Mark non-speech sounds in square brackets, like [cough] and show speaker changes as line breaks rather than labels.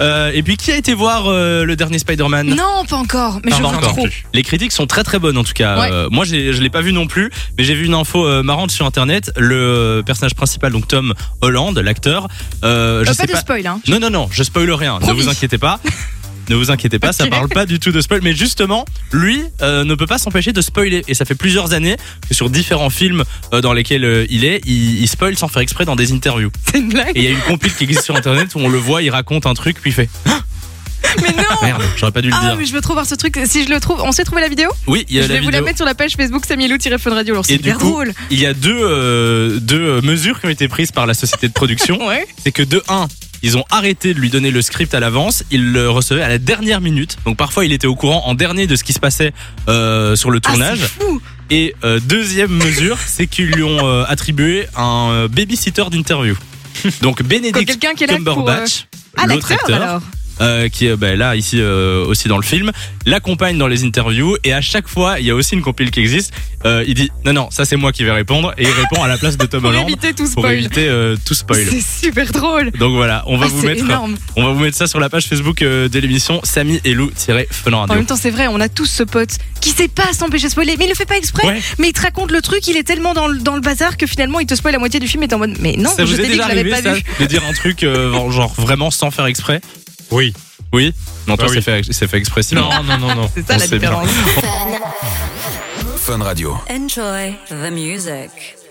Euh, et puis, qui a été voir euh, le dernier Spider-Man
Non, pas encore, mais
Pas
je veux
encore.
trop.
Les critiques sont très très bonnes en tout cas.
Ouais.
Euh, moi j'ai- je l'ai pas vu non plus, mais j'ai vu une info euh, marrante sur internet. Le euh, personnage principal, donc Tom Holland, l'acteur, euh, je
Euh,
sais
pas de
pas. [laughs]
spoil, hein.
Non non non, je spoil rien. Ne
Promis.
vous inquiétez
[laughs]
pas. Ne vous inquiétez pas, ça
Ok.
parle pas du tout de spoil, mais justement, lui euh, ne peut pas s'empêcher de spoiler. Et ça fait plusieurs années que sur différents films euh, dans lesquels euh, il est, il, il spoil sans faire exprès dans des interviews.
C'est une blague.
Et il y a une compil qui existe sur internet où on le voit, il raconte un truc, puis il fait [laughs]
Mais non
Merde, j'aurais pas dû le
Ah,
dire.
mais je veux trop voir ce truc. Si je le trouve, on sait trouver la vidéo
Oui, il y
Je
a la
vais vous
vidéo.
la mettre sur la page Facebook Samielou-Fun Radio. Alors, c'est
Et du
hyper
coup-
drôle.
Il y a deux, euh, deux euh, mesures qui ont été prises par la société de production.
[laughs] Ouais.
C'est que de 1, ils ont arrêté de lui donner le script à l'avance. Ils le recevaient à la dernière minute. Donc parfois, il était au courant en dernier de ce qui se passait euh, sur le
Ah,
tournage.
c'est fou.
Et euh, deuxième mesure, [laughs] c'est qu'ils lui ont euh, attribué un euh, babysitter
[laughs]
d'interview. Donc
Comme
Benedict
quelqu'un qui est là pour. euh,
Cumberbatch,
Ah,
l'autre
l'acteur
acteur,
alors.
euh, qui est bah, là ici euh, aussi dans le film, l'accompagne dans les interviews et à chaque fois il y a aussi une compile qui existe. euh, il dit non non ça c'est moi qui vais répondre et il répond à la place de Tom
[laughs] Pour
Holland
éviter tout
pour
spoil.
éviter euh, tout spoil.
C'est super drôle.
Donc voilà, on va
Ah,
vous
c'est
mettre,
énorme.
on va vous mettre ça sur la page Facebook euh, de l'émission Samy et Lou Fun
En
Radio.
même temps, c'est vrai, on a tous ce pote qui sait pas s'empêcher de spoiler, mais il le fait pas exprès.
Ouais.
Mais il te raconte le truc, il est tellement dans le, dans le bazar que finalement il te spoil la moitié du film et t'es en mode Mais non,
ça
je
vous
t'ai
est
dit que
déjà
je l'avais
arrivé
pas
ça,
vu.
de dire un truc euh, genre vraiment sans faire exprès
Oui.
Oui. Non toi
Ah oui.
c'est fait, c'est fait exprès sinon.
Non, non, non, non.
C'est ça
On
la
sait bien.
différence.
Fun Radio.
Enjoy the music.